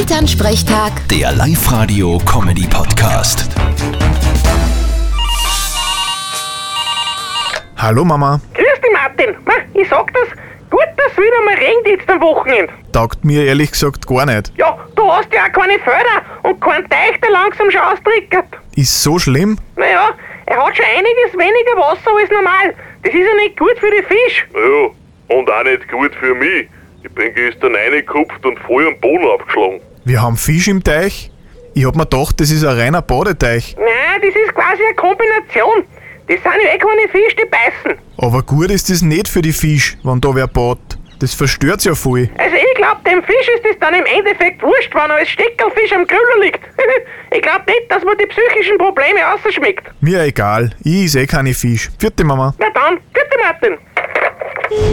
Elternsprechtag, Der Live-Radio-Comedy-Podcast. Hallo Mama, Grüß dich, Martin. Ma, ich sag das, gut, dass wieder mal regnet jetzt am Wochenende. taugt mir ehrlich gesagt gar nicht. Ja, du hast ja auch keine Förder und keinen Teich, der langsam schon austrickert. Ist so schlimm? Naja, er hat schon einiges weniger Wasser als normal. Das ist ja nicht gut für die Fisch. Ja, und auch nicht gut für mich. Ich bin gestern reingekupft und voll am Boden aufgeschlagen. Wir haben Fisch im Teich. Ich hab mir gedacht, das ist ein reiner Badeteich. Nein, das ist quasi eine Kombination. Das sind ja eh keine Fische, die beißen. Aber gut ist es nicht für die Fisch, wenn da wer badet. Das verstört's ja voll. Also ich glaub, dem Fisch ist es dann im Endeffekt wurscht, wenn er als Steckerfisch am Grüller liegt. ich glaub nicht, dass man die psychischen Probleme rausschmeckt. Mir egal, ich is eh keine Fisch. Vierte Mama. Na dann, gute Martin.